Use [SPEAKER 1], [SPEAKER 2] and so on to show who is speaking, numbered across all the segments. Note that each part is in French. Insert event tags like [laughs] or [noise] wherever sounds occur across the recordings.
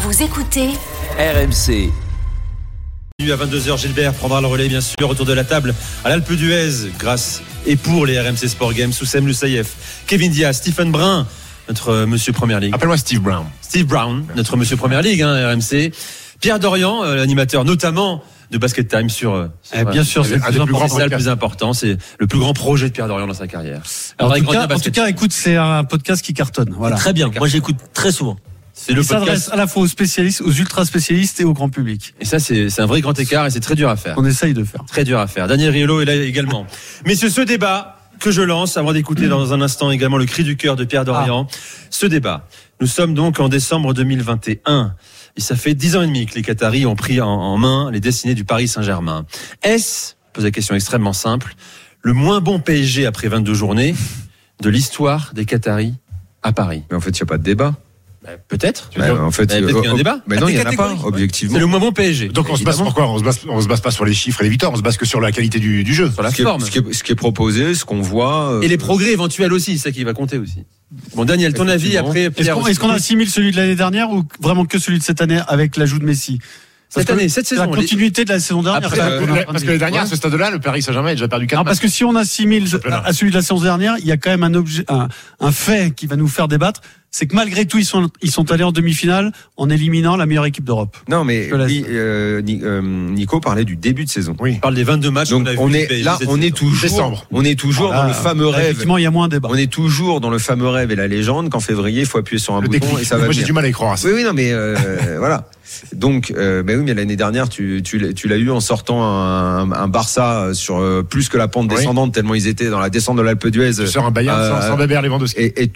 [SPEAKER 1] Vous écoutez
[SPEAKER 2] RMC.
[SPEAKER 3] Bienvenue à 22h, Gilbert prendra le relais, bien sûr, autour de la table à l'Alpe d'Huez, grâce et pour les RMC Sport Games, Soussem Loussaïef, Kevin Diaz, Stephen Brun, notre euh, monsieur Première Ligue,
[SPEAKER 4] Appelle-moi Steve Brown.
[SPEAKER 3] Steve Brown, notre monsieur Première Ligue, hein, RMC, Pierre Dorian, euh, l'animateur notamment de Basket Time sur, euh, sur, euh,
[SPEAKER 5] Eh bien sûr,
[SPEAKER 3] c'est
[SPEAKER 5] c'est
[SPEAKER 3] le
[SPEAKER 5] le
[SPEAKER 3] plus,
[SPEAKER 4] plus important
[SPEAKER 3] important, le
[SPEAKER 4] podcast.
[SPEAKER 3] plus important, c'est le plus grand projet de Pierre Dorian dans sa carrière.
[SPEAKER 5] En
[SPEAKER 3] Alors, il
[SPEAKER 5] tout,
[SPEAKER 3] grandit
[SPEAKER 5] cas,
[SPEAKER 3] à
[SPEAKER 5] en
[SPEAKER 3] basket.
[SPEAKER 5] tout cas, écoute, c'est un podcast qui cartonne. Voilà.
[SPEAKER 6] Très bien. Moi, j'écoute très souvent.
[SPEAKER 3] c'est le
[SPEAKER 5] Il s'adresse
[SPEAKER 3] podcast.
[SPEAKER 5] à la fois aux spécialistes, aux ultra spécialistes et au grand public.
[SPEAKER 3] Et ça, c'est c'est un vrai grand écart et c'est très dur à faire.
[SPEAKER 5] On essaye de faire.
[SPEAKER 3] Très dur à faire. Daniel Riolo est là également. Messieurs, ce débat que je lance, avant d'écouter dans un instant également le cri du cœur de Pierre Dorian,
[SPEAKER 7] Ah.
[SPEAKER 3] ce débat, nous sommes donc en décembre 2021. Et ça fait dix ans et demi que les Qataris ont pris en, en main les destinées du Paris Saint-Germain. Est-ce, je pose la question extrêmement simple, le moins bon PSG après 22 journées de l'histoire des Qataris à Paris
[SPEAKER 7] Mais en fait, il n'y a pas de débat.
[SPEAKER 3] Peut-être.
[SPEAKER 7] Bah, en fait,
[SPEAKER 3] Mais peut-être qu'il y a un débat.
[SPEAKER 7] euh, Mais non, il n'y en a pas, objectivement.
[SPEAKER 3] C'est le moins bon PSG.
[SPEAKER 4] Donc on se base
[SPEAKER 3] Évidemment.
[SPEAKER 4] sur quoi on se base, on se base pas sur les chiffres et les victoires, on se base que sur la qualité du, du jeu.
[SPEAKER 3] sur la
[SPEAKER 7] ce, qui
[SPEAKER 3] forme.
[SPEAKER 7] est, ce, qui est, ce qui est proposé, ce qu'on voit. euh,
[SPEAKER 3] Et les progrès éventuels aussi, c'est ça qui va compter aussi. Bon, Daniel, ton avis
[SPEAKER 7] Effectivement.
[SPEAKER 3] après
[SPEAKER 5] Est-ce
[SPEAKER 3] Pierre
[SPEAKER 5] qu'on est-ce qu'on assimile celui de l'année dernière ou vraiment que celui de cette année avec l'ajout de Messi
[SPEAKER 3] Cette
[SPEAKER 5] Parce que
[SPEAKER 3] année, cette
[SPEAKER 5] C'est la
[SPEAKER 3] saison, les-
[SPEAKER 5] continuité de la saison dernière.
[SPEAKER 3] Après,
[SPEAKER 5] c'est ça
[SPEAKER 7] euh,
[SPEAKER 5] qu'on est en train de
[SPEAKER 4] Parce que
[SPEAKER 5] dire.
[SPEAKER 4] l'année dernière, à ce stade-là, le Paris Saint-Germain est déjà perdu 4
[SPEAKER 5] Non, parce que si on assimile à celui de la séance dernière, il y a quand même un, objet, un, un fait qui va nous faire débattre, c'est que malgré tout, ils sont, ils sont allés en demi-finale en éliminant la meilleure équipe d'Europe.
[SPEAKER 7] Non, mais
[SPEAKER 5] Je te laisse.
[SPEAKER 7] oui, euh, Ni- euh, Nico parlait du début de saison.
[SPEAKER 4] Oui.
[SPEAKER 3] On parle des 22 matchs
[SPEAKER 7] Donc
[SPEAKER 3] qu'on a
[SPEAKER 7] on
[SPEAKER 3] vus ben,
[SPEAKER 7] est
[SPEAKER 3] du
[SPEAKER 7] là,
[SPEAKER 3] PSG
[SPEAKER 7] on est
[SPEAKER 3] cette saison.
[SPEAKER 7] toujours,
[SPEAKER 4] Décembre.
[SPEAKER 7] on est toujours
[SPEAKER 5] Voilà,
[SPEAKER 7] dans le fameux rêve.
[SPEAKER 5] Ah, Effectivement, il y a moins de débat.
[SPEAKER 7] On est toujours dans le fameux rêve et la légende qu'en février, il faut appuyer sur un
[SPEAKER 4] Le
[SPEAKER 7] bouton
[SPEAKER 4] déclic.
[SPEAKER 7] et ça va
[SPEAKER 4] Moi, j'ai
[SPEAKER 7] venir.
[SPEAKER 4] du mal à y croire. à ça.
[SPEAKER 7] Oui, oui, non, mais euh, [laughs] voilà. Donc, euh, bah oui, mais l'année dernière, tu, tu, l'as- tu l'as eu en sortant un, un Barça sur euh, plus que la pente
[SPEAKER 4] Oui.
[SPEAKER 7] descendante, tellement ils étaient dans la descente de l'Alpe d'Huez.
[SPEAKER 4] Tu sors un Bayern
[SPEAKER 7] Euh,
[SPEAKER 4] sans, sans Weber, Lewandowski.
[SPEAKER 7] Et, et-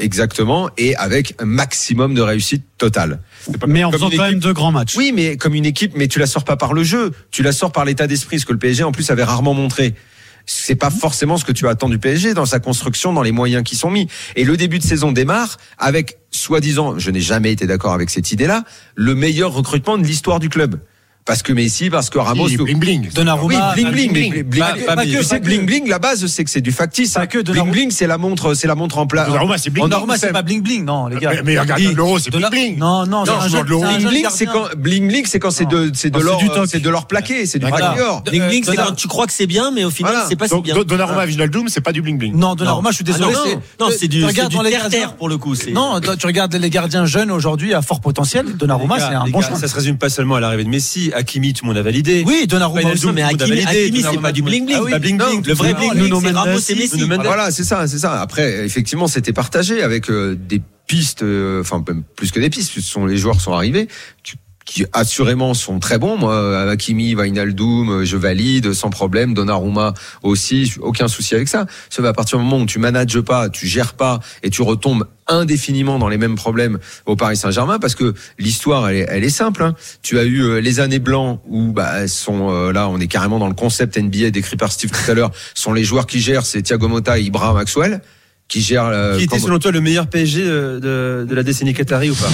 [SPEAKER 7] exactement, et avec un maximum de réussite totale.
[SPEAKER 5] Mais en
[SPEAKER 7] Comme
[SPEAKER 5] faisant
[SPEAKER 7] une
[SPEAKER 5] quand même
[SPEAKER 7] équipe-
[SPEAKER 5] deux grands matchs.
[SPEAKER 7] Oui, mais comme une équipe, mais tu la sors pas par le jeu, tu la sors par l'état d'esprit, ce que le PSG en plus avait rarement montré. C'est pas forcément ce que tu attends du PSG dans sa construction, dans les moyens qui sont mis. Et le début de saison démarre avec, soi-disant, je n'ai jamais été d'accord avec cette idée-là, le meilleur recrutement de l'histoire du club. Parce que Messi, parce que Ramos,
[SPEAKER 4] Oui,
[SPEAKER 7] que-
[SPEAKER 4] bling bling.
[SPEAKER 7] oui,
[SPEAKER 6] Donnarumma.
[SPEAKER 7] bling bling, mais bling,
[SPEAKER 3] Pas-
[SPEAKER 7] bling,
[SPEAKER 3] pas
[SPEAKER 7] tu
[SPEAKER 3] mieux.
[SPEAKER 7] sais,
[SPEAKER 3] Pas que.
[SPEAKER 7] bling bling, la base c'est que c'est du factice.
[SPEAKER 6] Pas
[SPEAKER 7] hein.
[SPEAKER 6] que Donnarumma.
[SPEAKER 7] bling bling, c'est la montre, c'est la montre en plat.
[SPEAKER 4] Donnarumma, c'est bling
[SPEAKER 7] En
[SPEAKER 4] bling.
[SPEAKER 6] Normal, c'est
[SPEAKER 4] Sam.
[SPEAKER 6] pas bling bling, non, les gars.
[SPEAKER 4] Mais- mais regarde,
[SPEAKER 6] Il-
[SPEAKER 4] l'euro, c'est
[SPEAKER 6] de la-
[SPEAKER 4] bling-bling.
[SPEAKER 6] Non, non, c'est un
[SPEAKER 4] Non, je
[SPEAKER 6] jeune-
[SPEAKER 4] vois de l'euro.
[SPEAKER 6] c'est un jeune
[SPEAKER 7] Bling bling,
[SPEAKER 6] gardien.
[SPEAKER 7] c'est quand bling bling, c'est quand c'est de c'est de
[SPEAKER 5] Non,
[SPEAKER 7] l'or hein,
[SPEAKER 5] c'est du toc.
[SPEAKER 7] c'est de l'or plaqué, c'est du
[SPEAKER 6] Voilà.
[SPEAKER 7] plaqué d'or.
[SPEAKER 6] Bling bling, c'est
[SPEAKER 3] Donnarumma.
[SPEAKER 6] quand tu crois que c'est bien, mais au final,
[SPEAKER 7] Voilà.
[SPEAKER 6] c'est pas si
[SPEAKER 4] Donc,
[SPEAKER 6] bien.
[SPEAKER 4] Don- Donnarumma et Vinaldum, c'est pas du bling bling.
[SPEAKER 6] Non, Donnarumma, je suis désolé.
[SPEAKER 3] Ah non,
[SPEAKER 6] c'est-
[SPEAKER 3] non.
[SPEAKER 6] non, c'est du,
[SPEAKER 3] Tu
[SPEAKER 6] c'est
[SPEAKER 3] regardes
[SPEAKER 6] du
[SPEAKER 3] dans les
[SPEAKER 6] terre-terre
[SPEAKER 3] gardiens.
[SPEAKER 6] pour le coup. c'est-
[SPEAKER 3] Non,
[SPEAKER 6] Non, tu regardes les gardiens jeunes aujourd'hui à fort potentiel. Donnarumma,
[SPEAKER 3] Les
[SPEAKER 6] c'est
[SPEAKER 3] gars,
[SPEAKER 6] un
[SPEAKER 3] les
[SPEAKER 6] bon
[SPEAKER 3] gars,
[SPEAKER 6] choix.
[SPEAKER 3] Ça se résume pas seulement à l'arrivée de Messi, Hakimi, tout le monde a validé.
[SPEAKER 6] Oui, Donnarumma
[SPEAKER 3] Wijnaldum,
[SPEAKER 6] aussi, mais
[SPEAKER 3] tout le monde a
[SPEAKER 6] Hakimi,
[SPEAKER 3] validé,
[SPEAKER 6] Hakimi, c'est
[SPEAKER 3] Donnarumma.
[SPEAKER 6] pas du bling
[SPEAKER 3] Ah
[SPEAKER 6] bling.
[SPEAKER 3] oui, pas bling-bling.
[SPEAKER 6] Non, Le vrai
[SPEAKER 3] Nuno
[SPEAKER 6] bling bling, c'est
[SPEAKER 5] Mendes,
[SPEAKER 6] Ramos et Messi.
[SPEAKER 3] Nuno Mendes.
[SPEAKER 7] Voilà, c'est ça, c'est ça. Après, effectivement, c'était partagé avec euh, des pistes, euh, enfin même plus que des pistes, ce sont les joueurs qui sont arrivés. qui- qui assurément sont très bons. Moi, Hakimi, Wijnaldum, euh, je valide sans problème. Donnarumma aussi, j'ai aucun souci avec ça. Sauf à partir du moment où tu manages pas, tu gères pas et tu retombes indéfiniment dans les mêmes problèmes au Paris Saint-Germain parce que l'histoire elle, est- elle est simple. hein. Tu as eu euh, les années blancs où bah, elles sont euh, là, on est carrément dans le concept NBA décrit par Steve tout à l'heure. Ce Sont les joueurs qui gèrent, c'est Thiago Motta et Ibrahim Maxwell qui gèrent. euh,
[SPEAKER 3] Qui était
[SPEAKER 7] quand-
[SPEAKER 3] selon toi le meilleur PSG de, de- de la décennie Qatari ou pas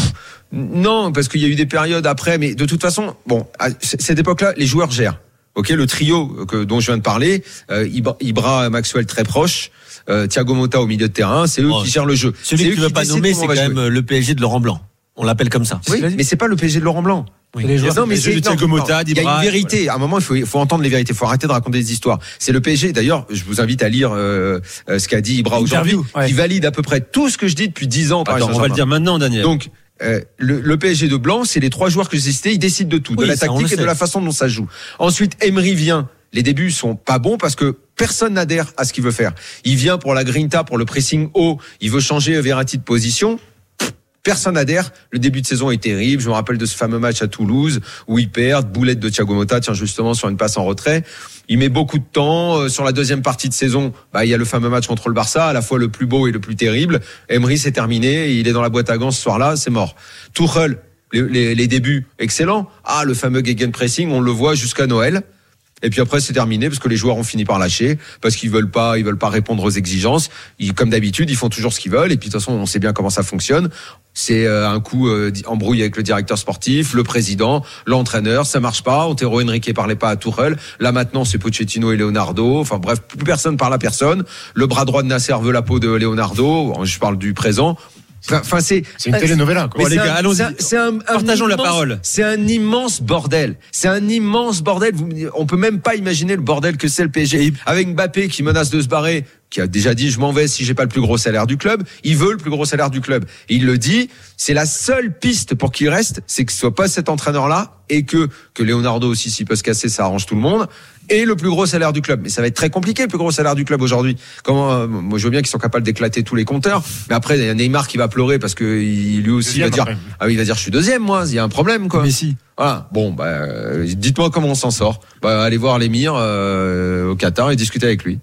[SPEAKER 7] non, parce qu'il y a eu des périodes après, mais de toute façon, bon, à c- cette époque-là, les joueurs gèrent. Ok, le trio que, dont je viens de parler, euh, Ibra, Ibra, Maxwell très proche, euh, Thiago Motta au milieu de terrain, c'est eux
[SPEAKER 6] Oh,
[SPEAKER 7] qui gèrent le jeu.
[SPEAKER 6] Celui
[SPEAKER 7] C'est
[SPEAKER 6] que
[SPEAKER 7] eux
[SPEAKER 6] tu
[SPEAKER 7] qui
[SPEAKER 6] veux pas
[SPEAKER 7] décident
[SPEAKER 6] nommer,
[SPEAKER 7] comment
[SPEAKER 6] c'est
[SPEAKER 7] on va
[SPEAKER 6] quand
[SPEAKER 7] jouer.
[SPEAKER 6] même euh, le PSG de Laurent Blanc. On l'appelle comme ça.
[SPEAKER 7] Oui, mais c'est pas le PSG de Laurent Blanc.
[SPEAKER 6] Oui. Les joueurs-
[SPEAKER 7] non, mais
[SPEAKER 3] les jeux
[SPEAKER 7] c'est
[SPEAKER 3] de Thiago
[SPEAKER 7] non, non.
[SPEAKER 3] Motta,
[SPEAKER 7] Il y a
[SPEAKER 3] d'Ibra,
[SPEAKER 7] une vérité. À un moment, il faut, il faut entendre les vérités. Il faut arrêter de raconter des histoires. C'est le PSG. D'ailleurs, je vous invite à lire euh, euh, ce qu'a dit Ibra aujourd'hui,
[SPEAKER 6] Interview, ouais.
[SPEAKER 7] qui valide à peu près tout ce que je dis depuis dix ans. au Paris
[SPEAKER 3] Ah, Attends, on va
[SPEAKER 7] Saint-Germain.
[SPEAKER 3] le dire maintenant, Daniel.
[SPEAKER 7] Donc, euh, le, le PSG de Blanc, c'est les trois joueurs que j'ai cités. Ils décident de tout, de
[SPEAKER 6] Oui,
[SPEAKER 7] la
[SPEAKER 6] ça, on
[SPEAKER 7] tactique
[SPEAKER 6] le
[SPEAKER 7] et de
[SPEAKER 6] sait.
[SPEAKER 7] la façon dont ça se joue. Ensuite, Emery vient. Les débuts sont pas bons parce que personne n'adhère à ce qu'il veut faire. Il vient pour la grinta, pour le pressing haut. Il veut changer Verratti de position. Pff, Personne n'adhère. Le début de saison est terrible. Je me rappelle de ce fameux match à Toulouse où ils perdent. Boulette de Thiago Motta, tiens, justement, sur une passe en retrait. Il met beaucoup de temps. Euh, Sur la deuxième partie de saison, bah, il y a le fameux match contre le Barça, à la fois le plus beau et le plus terrible. Emery, c'est terminé. Il est dans la boîte à gants ce soir-là. C'est mort. Tuchel, les, les- les débuts, excellents. Ah, le fameux gegenpressing, on le voit jusqu'à Noël. Et puis après, c'est terminé parce que les joueurs ont fini par lâcher, parce qu'ils veulent pas, ils veulent pas répondre aux exigences. Ils, comme d'habitude, ils font toujours ce qu'ils veulent. Et puis de toute façon, on sait bien comment ça fonctionne. C'est euh, un coup euh, di- embrouille avec le directeur sportif, le président, l'entraîneur. Ça marche pas. Otero Henrique parlait pas à Tourelle. Là maintenant, c'est Pochettino et Leonardo. Enfin bref, plus personne parle à personne. Le bras droit de Nasser veut la peau de Leonardo. hein, Je parle du présent. Enfin, Enfin, c'est
[SPEAKER 4] C'est
[SPEAKER 3] Ah,
[SPEAKER 4] une telenovela, quoi.
[SPEAKER 7] mais
[SPEAKER 3] Bon, Oh, les
[SPEAKER 7] c'est
[SPEAKER 3] gars,
[SPEAKER 7] un-
[SPEAKER 3] allons-y.
[SPEAKER 7] c'est un- c'est un- un
[SPEAKER 3] Partageons la
[SPEAKER 7] immense-
[SPEAKER 3] parole.
[SPEAKER 7] C'est un immense bordel. C'est un immense bordel. Vous- on peut même pas imaginer le bordel que c'est le PSG. Avec Mbappé qui menace de se barrer, qui a déjà dit je m'en vais si j'ai pas le plus gros salaire du club. Il veut le plus gros salaire du club. Et il le dit. C'est la seule piste pour qu'il reste, c'est que ce soit pas cet entraîneur-là et que que Leonardo aussi s'il peut se casser, ça arrange tout le monde. Et le plus gros salaire du club. Mais ça va être très compliqué, le plus gros salaire du club aujourd'hui. Comment, euh, moi, je veux bien qu'ils sont capables d'éclater tous les compteurs. Mais après, il y a Neymar qui va pleurer parce que il- lui aussi, il va
[SPEAKER 4] Deuxième
[SPEAKER 7] dire,
[SPEAKER 4] après.
[SPEAKER 7] ah oui, il va dire, je suis deuxième, moi. Il y a un problème, quoi.
[SPEAKER 3] Mais si.
[SPEAKER 7] Voilà. Bon, bah, euh, dites-moi comment on s'en sort. Bah, allez voir l'émir euh, au Qatar et discuter avec lui.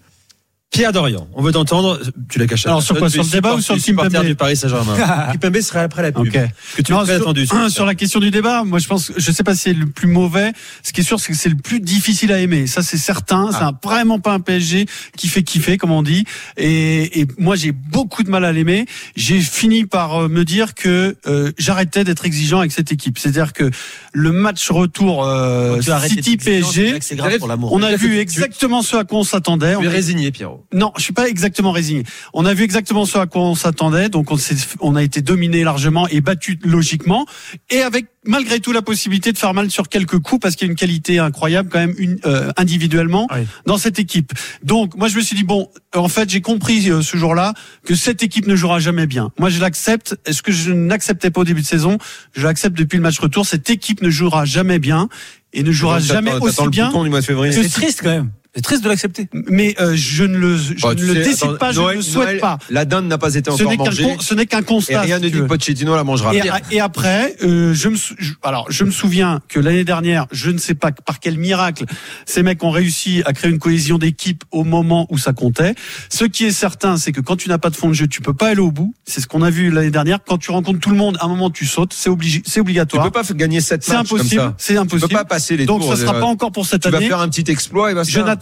[SPEAKER 3] Pierre Dorian, on veut t'entendre. Tu l'as caché. à
[SPEAKER 5] Alors,
[SPEAKER 3] personne,
[SPEAKER 5] sur quoi,
[SPEAKER 3] tu es
[SPEAKER 5] sur le débat
[SPEAKER 3] support-
[SPEAKER 5] ou
[SPEAKER 3] tu
[SPEAKER 5] sur
[SPEAKER 3] es
[SPEAKER 5] le Kim
[SPEAKER 3] supporter
[SPEAKER 5] Pembe
[SPEAKER 3] du Paris [laughs] Saint-Germain. Kim Pembe serait après la pub.
[SPEAKER 5] Ok.
[SPEAKER 3] Que tu es
[SPEAKER 5] Non,
[SPEAKER 3] très
[SPEAKER 5] sur,
[SPEAKER 3] attendu. sur ça.
[SPEAKER 5] sur la question du débat, moi je pense, je sais pas si c'est le plus mauvais. Ce qui est sûr, c'est que c'est le plus difficile à aimer. Ça, c'est certain.
[SPEAKER 6] Ah.
[SPEAKER 5] C'est un- vraiment pas un PSG qui fait kiffer, comme on dit. Et, et moi, j'ai beaucoup de mal à l'aimer. J'ai fini par euh, me dire que euh, j'arrêtais d'être exigeant avec cette équipe. C'est-à-dire que le match retour euh,
[SPEAKER 6] Tu arrêtes
[SPEAKER 5] City
[SPEAKER 6] d'être exigeant, c'est vrai
[SPEAKER 5] PSG,
[SPEAKER 6] que C'est grave pour l'amour.
[SPEAKER 5] on a
[SPEAKER 3] Tu-
[SPEAKER 5] vu exactement ce à quoi on s'attendait.
[SPEAKER 3] Tu es
[SPEAKER 5] On a-
[SPEAKER 3] résigné, Pierrot.
[SPEAKER 5] non, je suis pas exactement résigné. On a vu exactement ce à quoi on s'attendait, donc on, s'est- on a été dominé largement et battu logiquement, et avec malgré tout la possibilité de faire mal sur quelques coups parce qu'il y a une qualité incroyable quand même une, euh, individuellement
[SPEAKER 6] Oui.
[SPEAKER 5] dans cette équipe. Donc moi je me suis dit bon, en fait j'ai compris euh, ce jour-là que cette équipe ne jouera jamais bien. Moi je l'accepte. Ce que je n'acceptais pas au début de saison, je l'accepte depuis le match retour. Cette équipe ne jouera jamais bien et ne jouera
[SPEAKER 7] T'attends-
[SPEAKER 5] jamais
[SPEAKER 7] t'attends
[SPEAKER 5] aussi
[SPEAKER 7] le
[SPEAKER 5] bien.
[SPEAKER 7] bouton du mois de février.
[SPEAKER 5] que
[SPEAKER 6] C'est triste quand même. C'est triste de l'accepter.
[SPEAKER 5] Mais euh, je ne le, je
[SPEAKER 7] Bah,
[SPEAKER 5] ne
[SPEAKER 7] tu
[SPEAKER 5] le
[SPEAKER 7] sais,
[SPEAKER 5] décide
[SPEAKER 7] attends,
[SPEAKER 5] pas, je
[SPEAKER 7] Noël-
[SPEAKER 5] ne le souhaite
[SPEAKER 7] Noël-
[SPEAKER 5] pas.
[SPEAKER 7] La dinde n'a pas été
[SPEAKER 5] Ce
[SPEAKER 7] encore
[SPEAKER 5] n'est qu'un
[SPEAKER 7] mangée.
[SPEAKER 5] con- ce n'est qu'un
[SPEAKER 7] Et
[SPEAKER 5] constat.
[SPEAKER 7] rien
[SPEAKER 5] si
[SPEAKER 7] ne
[SPEAKER 5] tu
[SPEAKER 7] dit
[SPEAKER 5] veux.
[SPEAKER 7] que Pochettino la mangera.
[SPEAKER 5] Et,
[SPEAKER 7] Pierre,
[SPEAKER 5] et après, euh, je me, sou- je- alors je me souviens que l'année dernière, je ne sais pas par quel miracle, ces mecs ont réussi à créer une cohésion d'équipe au moment où ça comptait. Ce qui est certain, c'est que quand tu n'as pas de fond de jeu, tu peux pas aller au bout. C'est ce qu'on a vu l'année dernière. Quand tu rencontres tout le monde, à un moment tu sautes, c'est obligé, c'est
[SPEAKER 7] tu peux
[SPEAKER 5] obligatoire.
[SPEAKER 7] pas gagner 7
[SPEAKER 5] C'est
[SPEAKER 7] matchs comme
[SPEAKER 5] impossible,
[SPEAKER 7] ça. Tu
[SPEAKER 5] c'est
[SPEAKER 7] peux
[SPEAKER 5] impossible.
[SPEAKER 7] pas passer les
[SPEAKER 5] Donc
[SPEAKER 7] tours.
[SPEAKER 5] ça sera
[SPEAKER 7] euh,
[SPEAKER 5] pas encore pour cette
[SPEAKER 7] tu vas
[SPEAKER 5] année.
[SPEAKER 7] faire un petit exploit et basta.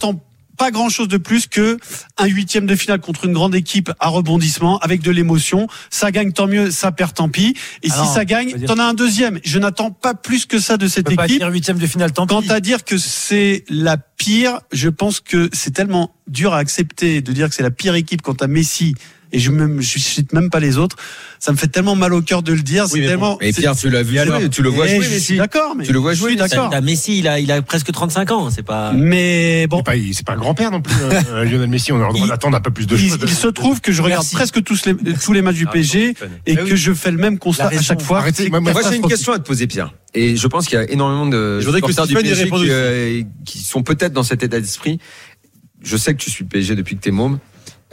[SPEAKER 5] Je n'attends pas grand chose de plus que un huitième de finale contre une grande équipe à rebondissement avec de l'émotion. Ça gagne tant mieux, ça perd tant pis. Et
[SPEAKER 6] Alors,
[SPEAKER 5] si ça gagne,
[SPEAKER 6] faut dire-
[SPEAKER 5] t'en as un deuxième. Je n'attends pas plus que ça de
[SPEAKER 6] On
[SPEAKER 5] cette
[SPEAKER 6] peut pas
[SPEAKER 5] équipe.
[SPEAKER 6] dire huitième de finale, tant
[SPEAKER 5] Quant
[SPEAKER 6] pis.
[SPEAKER 5] à dire que c'est la pire, je pense que c'est tellement dur à accepter de dire que c'est la pire équipe quant à Messi. Et je ne cite même pas les autres. Ça me fait tellement mal au cœur de le dire.
[SPEAKER 3] Oui,
[SPEAKER 5] c'est
[SPEAKER 3] mais
[SPEAKER 5] tellement.
[SPEAKER 7] Et
[SPEAKER 5] c'est-
[SPEAKER 7] Pierre, tu l'as vu
[SPEAKER 5] Eh,
[SPEAKER 7] jouer, tu le vois jouer,
[SPEAKER 5] je
[SPEAKER 7] Messi.
[SPEAKER 5] suis d'accord, mais
[SPEAKER 7] Tu le vois jouer,
[SPEAKER 5] Je suis
[SPEAKER 7] Messi.
[SPEAKER 5] d'accord.
[SPEAKER 8] T'as Messi, il a, il a presque 35 ans. C'est pas.
[SPEAKER 5] Mais bon,
[SPEAKER 4] C'est pas- C'est pas un grand-père non plus, euh, Lionel Messi. On a le droit
[SPEAKER 5] Il-
[SPEAKER 4] d'attendre un peu plus de
[SPEAKER 5] il,
[SPEAKER 4] choses.
[SPEAKER 5] il se trouve que je regarde
[SPEAKER 8] Merci.
[SPEAKER 5] presque tous les, tous les matchs du PSG et que je fais le même constat
[SPEAKER 6] La
[SPEAKER 5] à
[SPEAKER 6] raison.
[SPEAKER 5] chaque fois.
[SPEAKER 4] Arrêtez,
[SPEAKER 5] C'est
[SPEAKER 4] moi, moi,
[SPEAKER 7] Moi, j'ai une
[SPEAKER 5] catastrophique.
[SPEAKER 7] question à te poser, Pierre. Et je pense qu'il y a énormément de
[SPEAKER 3] Je voudrais que
[SPEAKER 7] supporters
[SPEAKER 3] Stéphane
[SPEAKER 7] du
[SPEAKER 3] y
[SPEAKER 7] PSG
[SPEAKER 3] réponde
[SPEAKER 7] qui,
[SPEAKER 3] aussi.
[SPEAKER 7] euh, qui sont peut-être dans cet état d'esprit. Je sais que tu suis le PSG depuis que t'es môme.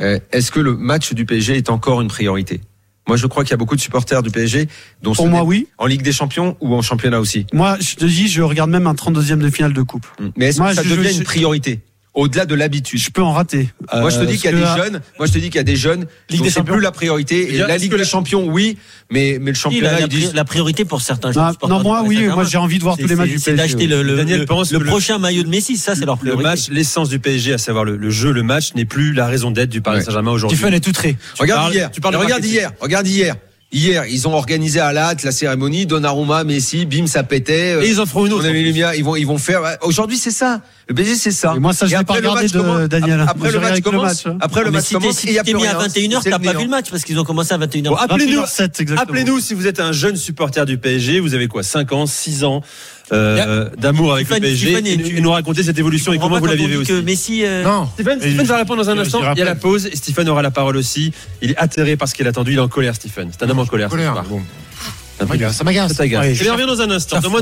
[SPEAKER 7] Euh, Est-ce que le match du PSG est encore une priorité Moi, je crois qu'il y a beaucoup de supporters du PSG dont
[SPEAKER 5] Pour
[SPEAKER 7] ce
[SPEAKER 5] moi,
[SPEAKER 7] n'est-
[SPEAKER 5] oui.
[SPEAKER 7] en Ligue des Champions ou en championnat aussi.
[SPEAKER 5] Moi, je te dis, je regarde même un 32e de finale de coupe.
[SPEAKER 7] Mais est-ce
[SPEAKER 5] Mm. Moi,
[SPEAKER 7] que ça
[SPEAKER 5] je-
[SPEAKER 7] devient
[SPEAKER 5] je-
[SPEAKER 7] une priorité au-delà de l'habitude
[SPEAKER 5] Je peux en rater.
[SPEAKER 7] moi je te
[SPEAKER 5] Euh,
[SPEAKER 7] dis qu'il y a des
[SPEAKER 5] parce que là-
[SPEAKER 7] jeunes, moi je te dis qu'il y a des jeunes
[SPEAKER 6] Ligue
[SPEAKER 7] dont
[SPEAKER 6] des
[SPEAKER 7] c'est
[SPEAKER 6] Champions.
[SPEAKER 7] plus la priorité et
[SPEAKER 3] Est-ce
[SPEAKER 7] la
[SPEAKER 3] que
[SPEAKER 7] Ligue des
[SPEAKER 3] la-
[SPEAKER 7] Champions oui, mais mais le
[SPEAKER 8] Oui, la,
[SPEAKER 7] championnat
[SPEAKER 8] la
[SPEAKER 7] ils disent
[SPEAKER 8] pri- la priorité pour certains.
[SPEAKER 5] Non,
[SPEAKER 8] supporters
[SPEAKER 5] Ah, non,
[SPEAKER 8] du
[SPEAKER 5] moi,
[SPEAKER 8] Paris
[SPEAKER 5] oui,
[SPEAKER 8] Saint-Germain,
[SPEAKER 5] moi j'ai envie de voir
[SPEAKER 8] c'est-
[SPEAKER 5] tous les matchs du
[SPEAKER 8] C'est
[SPEAKER 5] PSG.
[SPEAKER 8] d'acheter le, le,
[SPEAKER 3] Daniel
[SPEAKER 8] le-
[SPEAKER 3] pense
[SPEAKER 8] le
[SPEAKER 3] que le-
[SPEAKER 8] prochain maillot de Messi, ça c'est leur
[SPEAKER 3] Le
[SPEAKER 8] priorité.
[SPEAKER 3] match, l'essence du PSG, à savoir le, le jeu, le match, n'est plus la raison d'être du Paris
[SPEAKER 7] Ouais.
[SPEAKER 3] Saint-Germain aujourd'hui.
[SPEAKER 6] Stephen est outré.
[SPEAKER 7] Regarde
[SPEAKER 4] Ah,
[SPEAKER 3] parles-
[SPEAKER 7] hier,
[SPEAKER 3] tu parles de
[SPEAKER 7] regarde
[SPEAKER 3] marketing.
[SPEAKER 7] hier, regarde hier. Hier, ils ont organisé à la hâte la cérémonie, Donnarumma, Messi, bim, ça pétait. euh,
[SPEAKER 3] Et ils en feront une
[SPEAKER 7] on
[SPEAKER 3] autre.
[SPEAKER 7] a les lumières, ils vont, ils vont faire. ouais, Aujourd'hui, c'est ça. Le BG, c'est ça.
[SPEAKER 5] Et moi, ça, je
[SPEAKER 7] Et
[SPEAKER 5] l'ai pas
[SPEAKER 7] après, le
[SPEAKER 5] regardé
[SPEAKER 7] match
[SPEAKER 5] de-
[SPEAKER 7] commence-
[SPEAKER 5] Daniel. Moi,
[SPEAKER 7] Après
[SPEAKER 5] j'ai
[SPEAKER 7] le match
[SPEAKER 5] regardé que le
[SPEAKER 7] commence.
[SPEAKER 5] match, hein.
[SPEAKER 7] Après le
[SPEAKER 8] Ah, Mais
[SPEAKER 7] match
[SPEAKER 8] si t'es
[SPEAKER 7] commence. et
[SPEAKER 8] si
[SPEAKER 7] Il y a
[SPEAKER 8] t'es
[SPEAKER 7] plus
[SPEAKER 8] mis à
[SPEAKER 7] rien. hein.
[SPEAKER 8] 21h,
[SPEAKER 7] C'est
[SPEAKER 8] t'as
[SPEAKER 7] le
[SPEAKER 8] pas
[SPEAKER 7] néant.
[SPEAKER 8] vu le match parce qu'ils ont commencé à 21h.
[SPEAKER 3] Bon, appelez-nous
[SPEAKER 5] 21h07, exactement.
[SPEAKER 3] appelez-nous si vous êtes un jeune supporter du PSG, vous avez quoi 5 ans, 6 ans euh, d'amour avec le
[SPEAKER 8] Stéphane,
[SPEAKER 3] PSG
[SPEAKER 8] Stéphane,
[SPEAKER 3] et,
[SPEAKER 8] tu-
[SPEAKER 3] et nous raconter cette évolution et
[SPEAKER 8] On comprend
[SPEAKER 3] comment
[SPEAKER 8] pas
[SPEAKER 3] vous
[SPEAKER 8] quand
[SPEAKER 3] la
[SPEAKER 8] on
[SPEAKER 3] vivez
[SPEAKER 8] dit
[SPEAKER 3] aussi.
[SPEAKER 8] que Messi, euh,
[SPEAKER 4] Non.
[SPEAKER 3] Stéphane, Stéphane va répondre dans un
[SPEAKER 4] Je- je
[SPEAKER 3] instant. Il y a la
[SPEAKER 4] rappelle.
[SPEAKER 3] pause. et Stéphane aura la parole aussi. Il est atterré par ce qu'il a attendu. Il est en colère, Stéphane. C'est un homme en colère. ce
[SPEAKER 4] Colère.
[SPEAKER 3] soir.
[SPEAKER 4] Bon. Ah,
[SPEAKER 3] Un peu-
[SPEAKER 4] Ça m'agace.
[SPEAKER 3] Ça t'agace.
[SPEAKER 6] Ouais,
[SPEAKER 3] Il Eh revient dans un instant. Dans moins